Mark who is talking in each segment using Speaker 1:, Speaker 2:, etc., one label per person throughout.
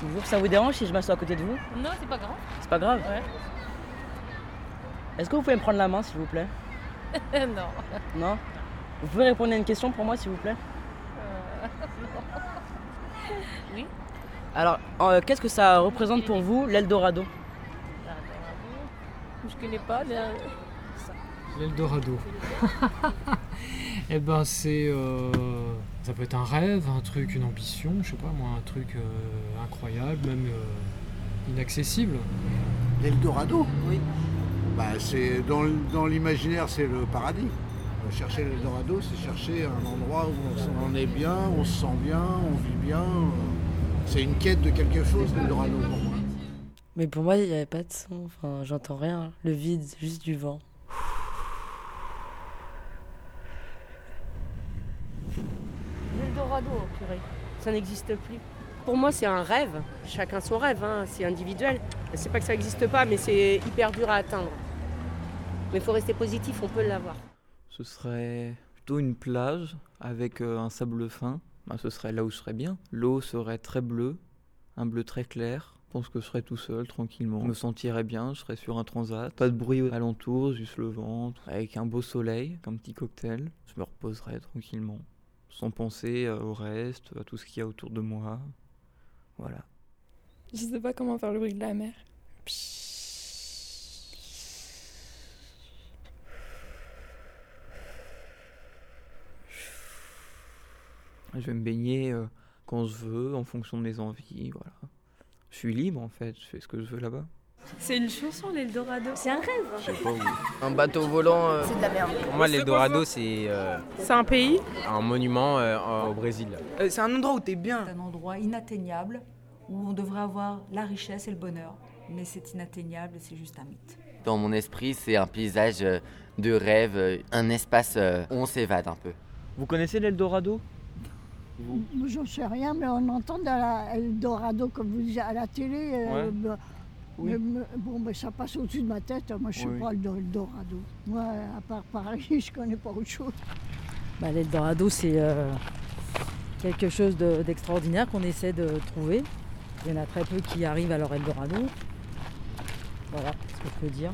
Speaker 1: toujours. Ça vous dérange si je m'assois à côté de vous
Speaker 2: Non, c'est pas grave.
Speaker 1: C'est pas grave
Speaker 2: Ouais.
Speaker 1: Est-ce que vous pouvez me prendre la main, s'il vous plaît
Speaker 2: non.
Speaker 1: Non Vous pouvez répondre à une question pour moi, s'il vous plaît
Speaker 2: Oui.
Speaker 1: Alors, euh, qu'est-ce que ça représente pour vous, l'Eldorado
Speaker 2: Je connais pas.
Speaker 3: euh,
Speaker 2: là.
Speaker 4: L'Eldorado. eh ben c'est... euh, ça peut être un rêve, un truc, une ambition, je sais pas moi, un truc euh, incroyable, même euh, inaccessible.
Speaker 5: L'Eldorado
Speaker 1: Oui.
Speaker 5: bah, c'est dans, l- dans l'imaginaire, c'est le paradis. Euh, Chercher l'Eldorado, c'est chercher un endroit où on, s- on est bien, on se sent bien, on vit bien. euh, C'est une quête de quelque chose, l'Eldorado pour moi.
Speaker 6: Mais pour moi, il n'y avait pas de son. Enfin, j'entends rien. Le vide, juste du vent.
Speaker 2: L'Eldorado, purée.
Speaker 7: ça n'existe plus. Pour moi, c'est un rêve. Chacun son rêve, hein. c'est individuel. C'est pas que ça n'existe pas, mais c'est hyper dur à atteindre. Mais il faut rester positif, on peut l'avoir.
Speaker 8: Ce serait plutôt une plage avec euh, un sable fin. Ben, ce serait là où je serais bien. L'eau serait très bleue, un bleu très clair. Je pense que je serais tout seul, tranquillement. Je me sentirais bien, je serais sur un transat. Pas de bruit alentour, juste le vent. Avec un beau soleil, un petit cocktail. Je me reposerais tranquillement. Sans penser euh, au reste, à tout ce qu'il y a autour de moi. Voilà.
Speaker 9: Je sais pas comment faire le bruit de la mer.
Speaker 8: Je vais me baigner euh, quand je veux, en fonction de mes envies. Voilà. Je suis libre en fait, je fais ce que je veux là-bas.
Speaker 3: C'est une chanson, l'Eldorado. C'est un rêve.
Speaker 10: Un bateau volant. euh,
Speaker 3: de la merde.
Speaker 10: Pour moi, l'Eldorado, c'est euh,
Speaker 3: C'est un pays
Speaker 10: un monument euh, en- au Brésil.
Speaker 7: c'est un endroit où tu es bien.
Speaker 11: C'est un endroit inatteignable où on devrait avoir la richesse et le bonheur. Mais c'est inatteignable, c'est juste un mythe.
Speaker 12: Dans mon esprit, c'est un paysage euh, de rêve, euh, un espace euh, où on s'évade un peu.
Speaker 8: Vous connaissez l'Eldorado
Speaker 13: J'en sais rien, mais on entend dans la Eldorado, comme vous disiez, à la télé. euh,
Speaker 8: Ouais.
Speaker 13: bah,
Speaker 8: Oui.
Speaker 13: mais- mais- bon, mais ça passe au-dessus de ma tête. Moi, je ne
Speaker 8: Oui.
Speaker 13: sais pas le Eldorado. Moi, à part Paris, je connais pas autre chose.
Speaker 14: Bah, L'Eldorado, c'est euh, quelque chose de- d'extraordinaire qu'on essaie de trouver. Il y en a très peu qui arrivent à leur Eldorado. Voilà ce que je peux dire.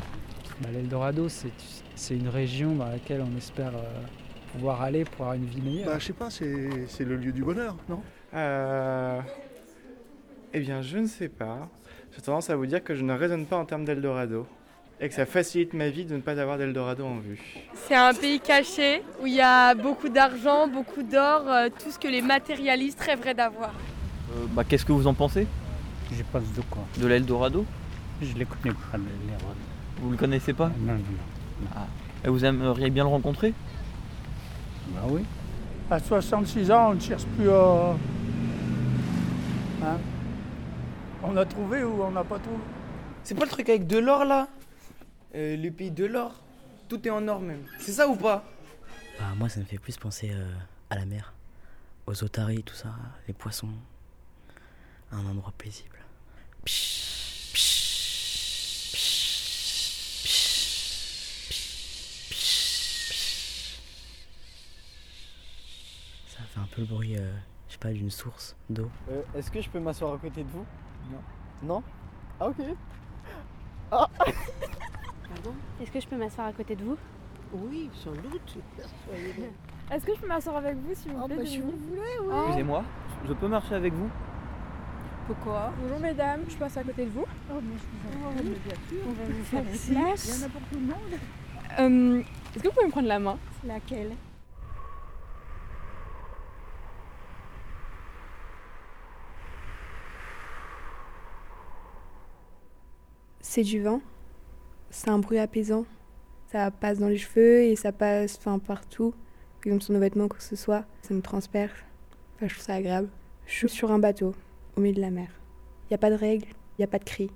Speaker 15: Bah, L'Eldorado, c'est c'est une région dans laquelle on espère euh, pouvoir aller pour avoir une vie meilleure.
Speaker 16: Bah, je sais pas, c'est c'est le lieu du bonheur, non Euh, Eh bien, je ne sais pas. J'ai tendance à vous dire que je ne raisonne pas en termes d'Eldorado. Et que ça facilite ma vie de ne pas avoir d'Eldorado en vue.
Speaker 3: C'est un pays caché où il y a beaucoup d'argent, beaucoup d'or, euh, tout ce que les matérialistes rêveraient d'avoir.
Speaker 8: bah, Qu'est-ce que vous en pensez
Speaker 17: Je pense de quoi
Speaker 8: De l'Eldorado
Speaker 17: Je les connais pas, les les rois.
Speaker 8: Vous le connaissez pas
Speaker 17: Non, non, non.
Speaker 8: Ah. Et vous aimeriez bien le rencontrer
Speaker 17: Bah oui.
Speaker 18: À 66 ans, on ne cherche plus à. Hein On a trouvé ou on n'a pas trouvé
Speaker 19: C'est pas le truc avec de l'or là Euh, Le pays de l'or Tout est en or même. C'est ça ou pas
Speaker 20: Bah, moi, ça me fait plus penser euh, à la mer, aux otaries, tout ça, les poissons. Un endroit paisible. Ça fait un peu le bruit, euh, je sais pas, d'une source d'eau.
Speaker 4: Est-ce que je peux m'asseoir à côté de vous Non. Non Ah ok.
Speaker 8: Est-ce que je peux m'asseoir à côté de vous Oui, sans doute.
Speaker 9: Est-ce que je peux m'asseoir avec vous, s'il vous plaît
Speaker 8: bah,
Speaker 9: de
Speaker 8: si
Speaker 9: nouveau
Speaker 8: vous
Speaker 9: Ah.
Speaker 8: Excusez-moi, je peux marcher avec vous
Speaker 9: Pourquoi Bonjour, mesdames, je passe à côté de vous. Oh, bonjour. On va vous faire
Speaker 3: Merci. Il y en a pour tout le monde.
Speaker 9: Euh, Est-ce que vous pouvez me prendre la main
Speaker 3: Laquelle
Speaker 1: C'est du vent. C'est un bruit apaisant. Ça passe dans les cheveux et ça passe enfin, partout. Et Comme sur nos vêtements, quoi que ce soit. Ça me transperce. Enfin, je trouve ça agréable. Je suis sur un bateau, au milieu de la mer. Il n'y a pas de règles, il n'y a pas de cris.